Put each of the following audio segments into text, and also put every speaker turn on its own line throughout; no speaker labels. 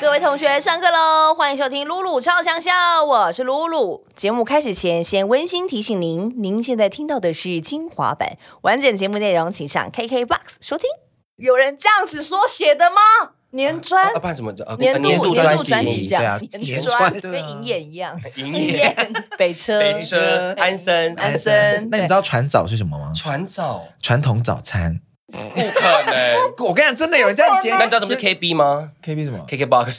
各位同学，上课喽！欢迎收听露露超强笑，我是露露。节目开始前，先温馨提醒您，您现在听到的是精华版，完整节目内容请上 KKBOX 收听。有人这样子缩写的吗？年专、
啊，不然怎么叫啊
年度
年度
年
专
度专辑
对 啊
奖，，年
年
专
专
跟银眼一样，
银
银
眼、
眼北车
北车、安生、
安生
那你知道传早是什么吗？
传早，
传统早餐。
不可能。
我跟你讲，真的有人这样接。
那你知道什么是 KB 吗
K B 什么？
？KK Box。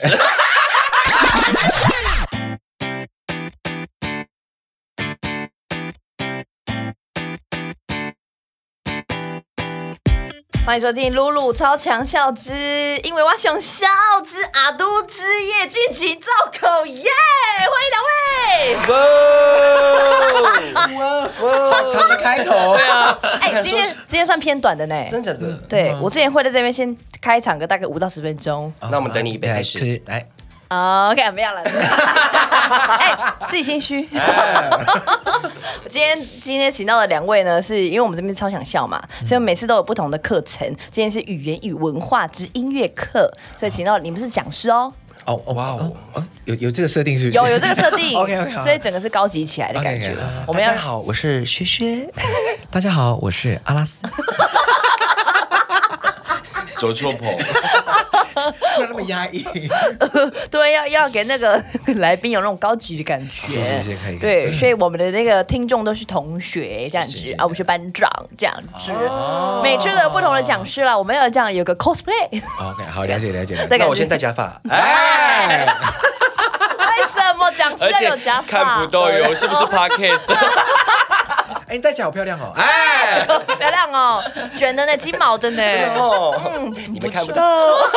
欢迎收听《露露超强笑之因为我想笑之阿都之夜尽情造口耶》，欢迎两位。
哇哦！
好长的开头。
对啊，
哎、今天今天算偏短的呢。
真的假的？
对、
嗯
我之前会在这边先开场个大概五到十分钟。
那我们等你一杯开始
吃来，
OK，没有 了。 哎、自己心虚。
哎
我 今天今天请到的两位呢，是因为我们这边超想笑嘛，
嗯
所以每次都有不同的课程。今天是语言与文化之音乐课，所以请到你们是讲师哦，
哦哦
哇
哇
哦
哦，哦有有这个设定是不是？
有有这个设 定
OK OK，
所以整个是高级起 来的感觉。我们要
大家好，我是薛薛，
大家好，我是阿拉斯。
走错棚。
不要那么压 抑。
对，要要给那个 来宾有那种高级的感觉。
是是是可以可以嗯
对，所以我们的那个听众都是同学这样
是啊
子
是
啊，我是班长这样子。
哦
每次都有不同的讲师啦，我们要这样有个 cosplay
OK，好，了解了解了
的感
解。
那我
觉
先。戴假发。哎，
为什么讲师
而
要
且
有假发？哦
看不到哟，是不是 Podcast？
哎，你戴假好漂亮哦。哎，
哎，
漂亮哦，卷的呢，金毛的呢，
哦，
嗯
你们看不到。
到。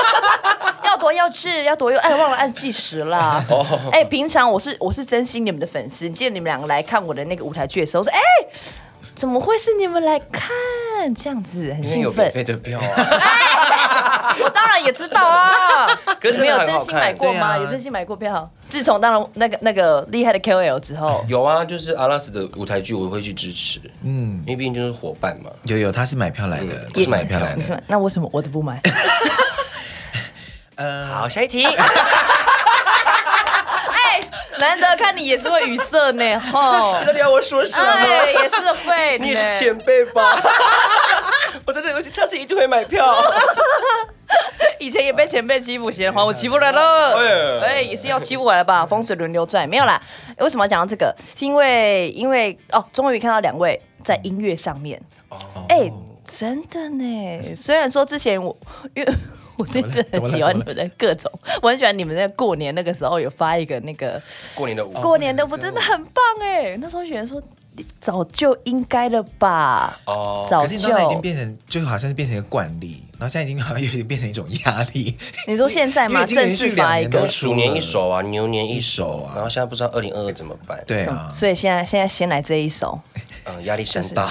要多要智，要多幼，哎，忘了按计时 啦。
哦
哎，平常我是我是真心你们的粉丝，记得你们两个来看我的那个舞台剧的时候，我说哎，怎么会是你们来看？这样子很
你有
兴奋
免，费的票啊？
我当然也知道啊。
可是
你们
真
有
的很好看
真心买过吗？
对啊
有真心买过票？自从当了那个那个厉害的 KOL 之后，
有啊，就是阿拉斯的舞台剧，我会去支持。嗯，因为毕竟就是伙伴嘛。
有有，他是买票来的，
也
是买票来
你是
的。
买那为什么我的不 买？
呃
好，下一题。
哎，难得看你也是会语塞呢， 吼。
到底要我说
啊
什么？
哎，也是会呢，
你也是前辈吧？ 我真的，我下次一定会买票。
以前也
啊
被前辈欺负，嫌
哎
还我欺负人了，
哎
哎，也是要欺负我了吧？风水轮流转，没有啦。为什么要讲到这个？是因为因为哦，终于看到两位在音乐上面，
哦
哎，真的呢。虽然说之前我因为。 我真的很喜欢你们的各种，我很喜欢你们在过年那个时候有发一个那个
过年的舞，
哦
过年的，我真的很棒哎。那时候有人说你早就应该了吧，
哦
早
可是
就
你知道，那已经变成，就好像是变成一个惯例，然后现在已经好像有点变成一种压力。
你说现在
因为
吗？
已经连
正
续
式发一
两年
个
都，
鼠年一首啊，牛年一首
一首啊
然后现在不知道二零二二怎么办。，
对啊，
嗯所以现在现在先来这一首。
嗯，压力山大。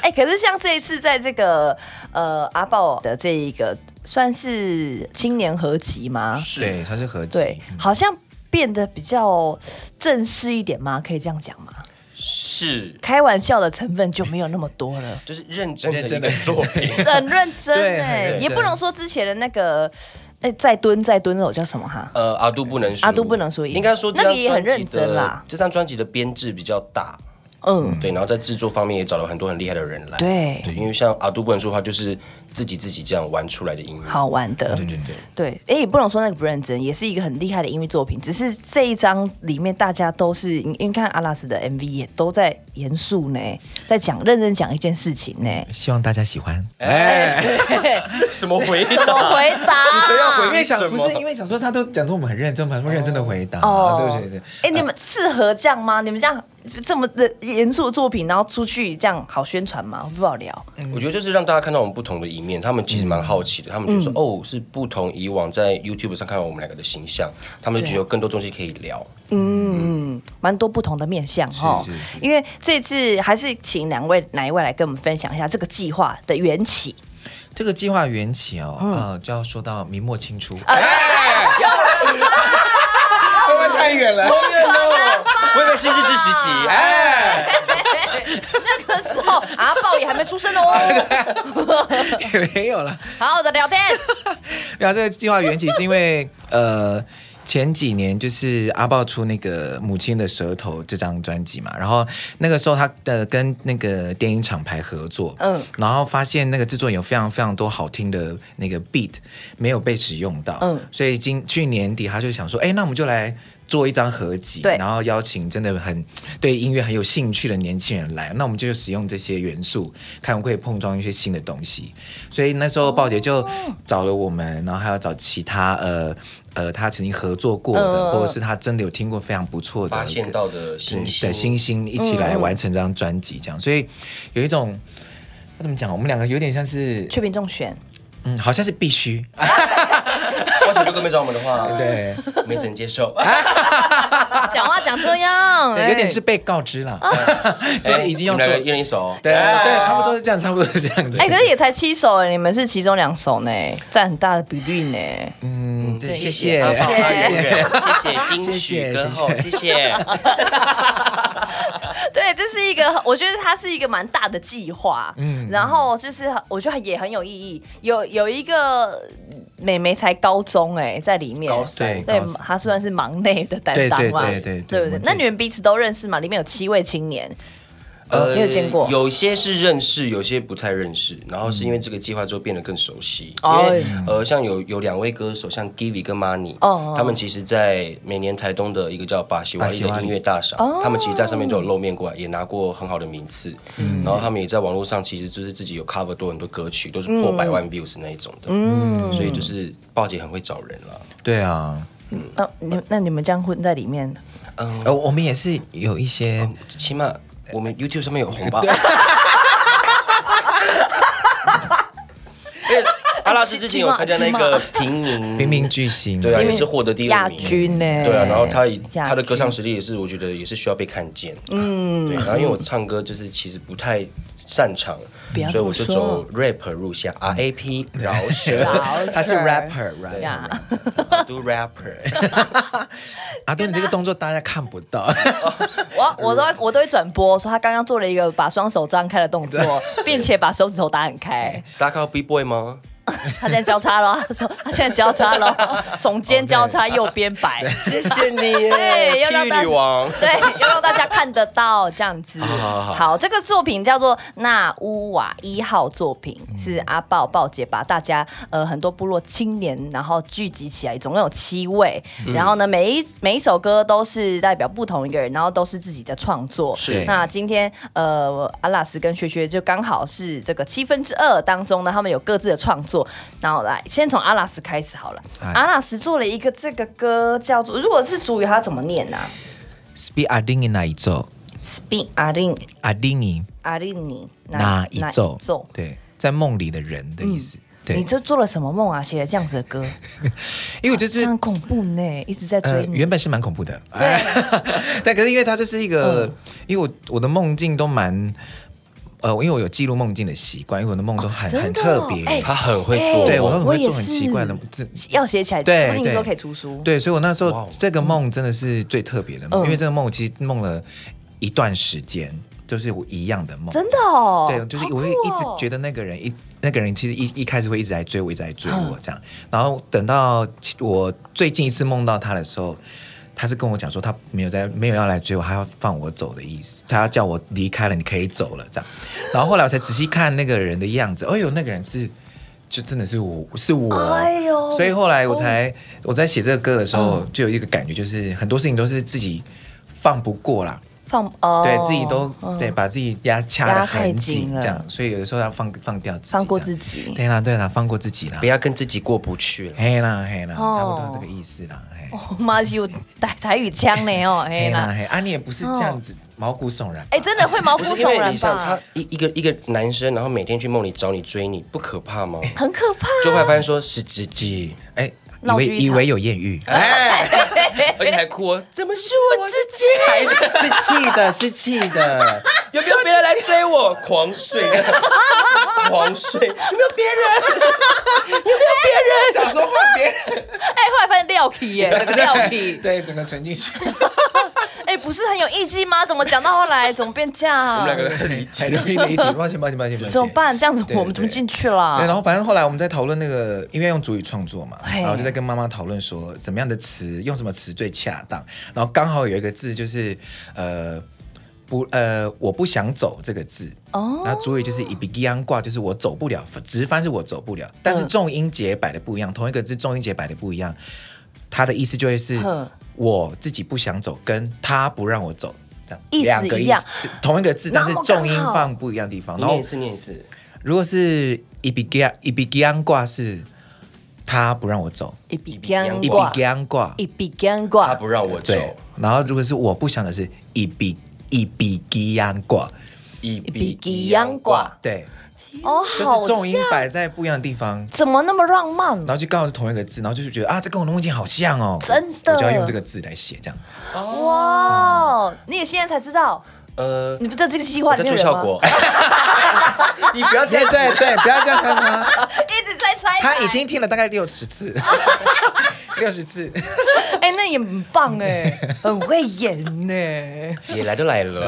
哎、可是像这一次在这个呃阿豹的这一个算是青年合集吗？
对，它是合集。
对，好像变得比较正式一点吗？可以这样讲吗？
是，。
开玩笑的成分就没有那么多了
就是认真的
认
一
真
个
的
作 品。
很认真
对
哎、
很认真
也不能说之前的那个哎、再蹲再蹲那首叫什么哈？
呃，阿杜不能输，
阿杜不能输赢
应该说这
那
张
个也很
专辑的
认真啦
这张专辑的编制比较大，
嗯，
对，然后在制作方面也找了很多很厉害的人来。
对
对，因为像阿杜不能输的话，就是自己自己这样玩出来的音乐。
好玩的。
嗯对对。
对，哎、也不能说那个不认真，也是一个很厉害的音乐作品。只是这一张里面，大家都是因因为看阿拉斯的 MV 也都在严肃呢，在讲认真讲一件事情呢。
希望大家喜欢。哎
哎 什么 回
怎么回答？
因为想
什么
不是因为想说他都讲说我们很认真，我们很认真的回答，啊对对对。
哦
啊
哎、你们适合这样吗？你们这样这么的严肃的作品，然后出去这样好宣传吗？不好聊。
我觉得就是让大家看到我们不同的一面，他们其
嗯
实蛮好奇的，他们觉得说、哦，是不同以往在 YouTube 上看到我们两个的形象，他们就觉得有更多东西可以聊。
嗯，蛮多不同的面向哈
是。
因为这次还是请两位哪一位来跟我们分享一下这个计划的缘起。
这个计划缘起哦，
嗯
啊，就要说到明末清初，
啊
会不会太远了？
哦我以为是日治时期，哎，
那个时候啊，豹也还没出生 哦，
也没有啦。
好好的聊天。
然后这个计划缘起是因为呃。前几年就是阿豹出那个《母亲的舌头》这张专辑嘛，然后那个时候他的跟那个电影厂牌合作，
嗯
嗯，然后发现那个制作人有非常非常多好听的那个 beat 没有被使用到，
嗯
嗯，所以今去年底他就想说，哎，那我们就来做一张合集，
对
然后邀请真的很对音乐很有兴趣的年轻人来，那我们就使用这些元素，看我们可以碰撞一些新的东西。所以那时候鲍姐就找了我们，然后还要找其他呃呃，她曾经合作过
嗯嗯
的，
嗯
或者是她真的有听过非常不错的
发现到的
对
呃新嗯星
的星星一起来完成这张专辑，这样，所以有一种。要怎么讲？我们两个有点像是，
雀屏中选，
嗯，好像是必须，
啊或许如果没找我们的话，，
对，哎
没人接受。
讲话讲这样，
对
哎
有点是被告知
啊
啦， 就是已经要
哎你
做
们，两个一人一首哦，
对对，差不多是这样，差不多是这样子。
哎，可是也才七首哎，你们是其中两首呢，占很大的比率呢。
嗯，对谢
谢
谢，
谢
谢
谢金曲歌后，谢谢。
对，这是一个，我觉得它是一个蛮大的计划，嗯，然后就是我觉得也很有意义，有有一个妹妹才高中哎、在里面，
高三
对
高，三
她算是忙内的担当嘛，
对对
对
对对
不对
我们？
那
这
你们彼此都认识嘛？里面有七位青年，
呃
你有见过？
呃有些是认识，有些不太认识。然后是因为这个计划之后变得更熟悉，
哦
因为呃，像有有两位歌手，像 Givi 跟 Money，、
哦
他们其实，在每年台东的一个叫巴西瓦利
巴西瓦
的
利
音乐大赏，
哦
他们其实在上面都有露面过来，也拿过很好的名次。
嗯
然后他们也在网络上，其实就是自己有 cover 多很多歌曲，都是破
嗯
百万 views 那一种的。嗯，所以就是鲍姐很会找人了。
对啊，
那你那你们这样混在里面，
呃，我们也是有一些，
起码我们 YouTube 上面有红吧。因为阿拉斯之前有参加那个平民
明明巨星，
对啊，也是获得第
亚
二名。
军呢、哎
对啊，然后他以
亚军
他的歌唱实力也是，我觉得也是需要被看见。嗯，对。然后因为我唱歌就是其实不太擅长
不要，
所
这
以
么
我
说
就走 rap 路线，R A P 饶舌
老师
他是 rapper
对
right？
呀
，do rapper。
阿啊对，你这个动作大家看不到，
我我都会我都会转播说他刚刚做了一个把双手张开的动 作，并且把手指头打很开。
大家看到 B boy 吗？
他现在交叉了，他说他现在交叉 了，
哦
耸肩交叉，右边摆，谢谢你， 对，要让大
女王。
对，要让大家看得到这样子。
好好好
这个作品叫做《纳乌瓦一号》作品，
嗯
是阿豹豹姐把大家呃很多部落青年然后聚集起来，总共有七位。
嗯
然后呢，每一每一首歌都是代表不同一个人，然后都是自己的创作。
是
那今天呃，阿拉斯跟薛薛就刚好是这个七分之二当中呢，他们有各自的创作。然后来，先从阿拉斯开始好了。
哎
阿拉斯做了一个这个歌叫做，如果是主语，它怎么念呢、啊？
Speak 阿丁尼那一奏，
Spin 阿令
阿丁尼
阿令你
那一奏
哪，奏？
对，在梦里的人的意思，
你
对，
这做了什么梦啊？写了这样子的歌，
因为我就
这
是
样恐怖呢，一直在
呃，
追你。
原本是蛮恐怖的，哎， 但可是因为它就是一个，
嗯
因为我我的梦境都蛮，呃，因为我有记录梦境的习惯，因为我的梦都很、
真的
很特别，
哦哎
他很会做，
对我
我
很会
也
做很奇怪的
是，
这
要写起来，
对
说不定
对
说可以出书。
对，所以我那时
哇哦
候这个梦真的是最特别的梦，
嗯
因为这个梦我其实梦了一段时间，就是我一样的梦，
真的哦，
对，就是我会一直觉
得
得那个人一那个人其实一一开始会一直在追我，一直在追
嗯
我这样，然后等到我最近一次梦到他的时候。他是跟我讲说，他没有在，没有要来追我，他要放我走的意思，他要叫我离开了，你可以走了这样。然后后来我才仔细看那个人的样子，哎呦，那个人是，就真的是我，是我。
哎呦
所以后来我
哦
才、我在写这个歌的
嗯
时候，就有一个感觉，就是很多事情都是自己放不过啦。
放哦，
对自己都、对把自己压掐
压
得
太
很
紧
紧，
了
这样，所以有的时候要放放掉自己，
放过
这
自
样。
己。
对啦，对啦，放过自己啦
不。要跟自己过不去了。
嘿啦，嘿啦，
哦
差不多这个意思啦。嘿，
我妈是有台台语腔呢 哦，哎
嘿啦，
啦，哦
嘿啊，你也不是这样子毛骨悚然。
哎，真的会毛骨
不是
悚
因为
然
你像
吧
他？一一个一个男生，然后每天去梦里找你追你，不可怕 吗？
很可怕。
就会发现说是自己，
哎，以
闹剧
为
一场
以为有 艳遇，
哎，而且还哭哦，怎么是我自己？还哎是
是气的，是气 的。
有没有别人来追我？狂睡， 狂 睡，有没有别人？
想说 换别人，
哎，后来发现廖皮耶，整个廖皮。
对，整个沉进去。
哎，不是很有意境吗？怎么讲到后来怎么变这
我们两
样？
个在 理
哎，
解。
容易理解，抱歉，抱歉，抱歉，抱歉。
怎么？办？这样子
对
我们怎么
对
进去了
对，？然后反正后来我们在讨论那个，因为用主语创作嘛，
嘿
然后就在跟妈妈讨论说，怎么样的词用什么词最恰当。然后刚好有一个字就是呃不呃我不想走这个字，
哦
然后主语就是以比吉安挂，就是我走不了，直翻是我走不了，但是
嗯
重音节摆的不一样，同一个字重音节摆的不一样，它的意思就会是
哼
我自己不想走，跟他不让我走。这样
意思
两个
一样，
就同一个字，但是
那么刚
重音
好
放不一样的地方。
你
然后
念一次，念一次。
如果是伊比吉亚伊比吉安啊挂是他不让我走，
一笔干
伊比
挂，
吉安啊挂
啊一笔啊干挂
他，啊不让我走，
对，然后如果是我不想的是伊比伊比吉安啊挂，
一
比吉阳挂，
对，
哦，
就
好
是重音
像
摆在不一样的地方。
怎么那么浪漫？
然后就刚好是同一个字，然后就是觉得啊，这跟我的梦境好像哦，
真的
我就要用这个字来写这样。
哇，你也现在才知道，
呃，
你不在这个计
我
划里
在
面
做
有
效
人吗？
果，
你不要这样，对对，不要这样看
哎
他，
一直在猜，
他已经听了大概六十次， 六十次。
哎，那也很棒哎，很会演呢。
姐来都来了，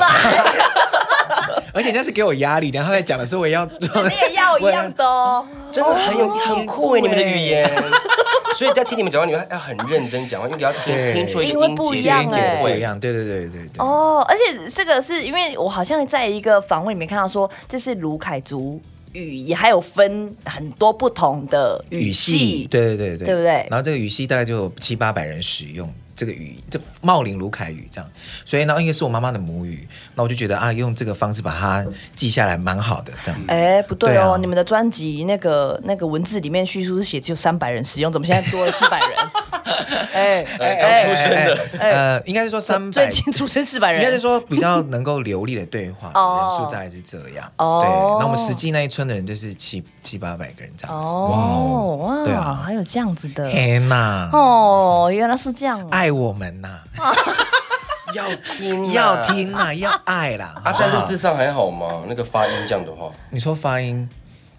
而且那是给我压力的，他在讲的时候我也要，
你也 要一样的哦，
真的很有很酷
很酷欸
哎，你们的语言。 所以在听你们讲话，你们要很认真讲话，因为你要听
对
听出一
因
个
为
音
不
节
一样
音
欸
节
不一
会。
样，对对对对对。
哦，而且这个是因为我好像在一个访问里面看到说，这是卢凯族语，也还有分很多不同的语系。
对对对对，
对不对
然后这个语系大概就有七八百人使用这个语，这茂林卢凯语这样，所以呢，因为是我妈妈的母语，那我就觉得啊，用这个方式把它记下来蛮好的，这样。
哎，不对哦，
对啊
你们的专辑那个那个文字里面叙述是写只有三百人使用，怎么现在多了四百人？哎
哎刚出生的
哎哎呃，应该是说三
最
百，
近出生四百人，
应该是说比较能够流利的对 话
哦
人数大概是这样。
哦
对，那我们实际那一村的人就是七七八百个人这样子。
哦哇，
对啊
还有这样子的
天呐，
哦，原来是这样啊。
爱我们呐，
要听啊
要听呐，要爱啦。
啊，在
好不
录
好
制上还好吗？那个发音这样的话，
你说发音，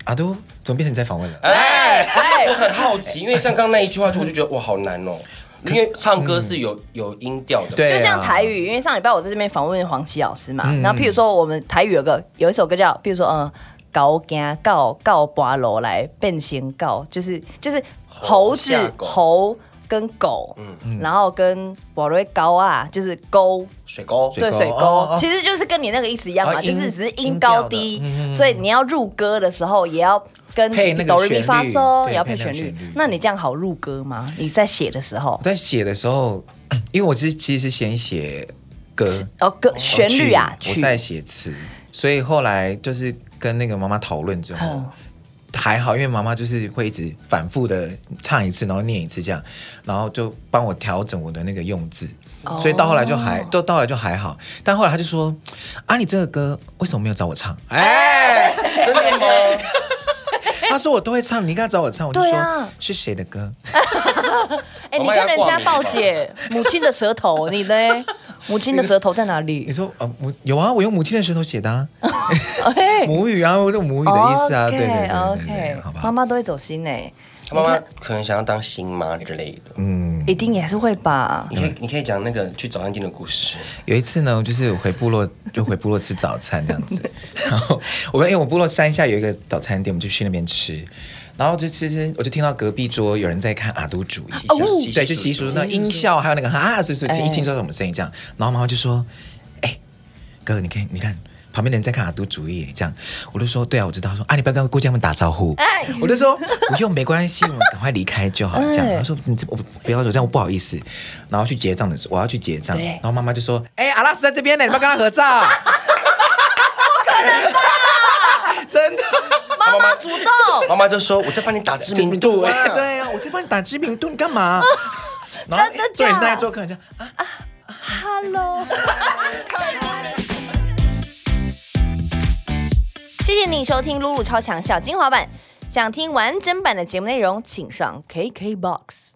阿都怎么变成你在访问了？
哎哎
我很好奇，因为像刚刚那一句话，就我就觉得哇，好难哦。因为唱歌是有有音调的，
对啊
就像台语，因为上礼拜我在这边访问黄奇老师嘛，
嗯
然后譬如说我们台语有个有一首歌叫，譬如说嗯，高行告告拔楼来变形告，就是就是猴子
猴下狗嗯
猴跟狗，然后跟拔瑞高啊，就是沟
水沟，
对
沟
水
哦
沟
哦，
其实就是跟你那个意思一样嘛，
哦
就
音
是只是音
音调
高
的
低，
嗯
所以你要入歌的时候也要。跟
配那个
哆瑞咪
旋律
发嗦
对
也要
配
配
那
旋
个
律
旋律，
那你这样好入歌吗？你在写的时候
我，在写的时候， 因为我其实其实是先写歌
哦，歌旋律啊，
曲
曲
我在写词，所以后来就是跟那个妈妈讨论之后
嗯。
还好，因为妈妈就是会一直反复的唱一次，然后念一次这样，然后就帮我调整我的那个用字，
哦
所以到后来就还，就到后来就还好。但后来她就说：“啊，你这个歌为什么没有找我唱？”哎，
真的吗？
她说我都会唱，你应该找我唱。我就
对
说、
啊
是谁的歌？
哎、
我
你
妈
跟
要
人
挂
家
名
报
吧
姐母亲的舌头，你呢？母亲的舌头在哪
你
里？
说呃，母有啊，我用母亲的舌头写的、啊，
哎
母语啊，我用母语的意思啊，对对对对
OK，OK
对对，好不
妈
好？
妈都会走心呢、
他妈妈可能想要当新妈之类的。
嗯，
一定也是会吧。
你可以你可以讲那个去早餐店的故事，
有一次呢，就是我回部落，就回部落吃早餐这样子， 然后我们因为我部落山下有一个早餐店，我们就去那边吃。然后就吃吃，我就听到隔壁桌有人在看阿都主义，
哦习
对，就
习
习
俗
俗那音效，还有那个啊，是是
哎
是，一听就是我们声音这样。然后妈妈就说：“哎、哥，你看，你看，旁边的人在看阿都主义耶，这样。”我就说：“对啊，我知道。”说：“啊，你不要跟郭家们打招
哎
呼。我就说：“不用，没关系，我们赶快离开就好。”这样，
哎
他说：“你这我不要走，这样我不好意思。”然后去结账的时候，我要去结账，
对
然后妈妈就说：“哎、阿拉斯在这边呢，你不要跟他合照。”啊 真的，
妈妈主动，
妈妈就说：“我在帮你打知名度。”
哎， 对啊，我在帮你打知名度，你 干嘛？然后
真的假的
重点是那做客人家啊，
Hello，谢谢你收听《露露超强小精华版》，想听完整版的节目内容，请上 KKBOX。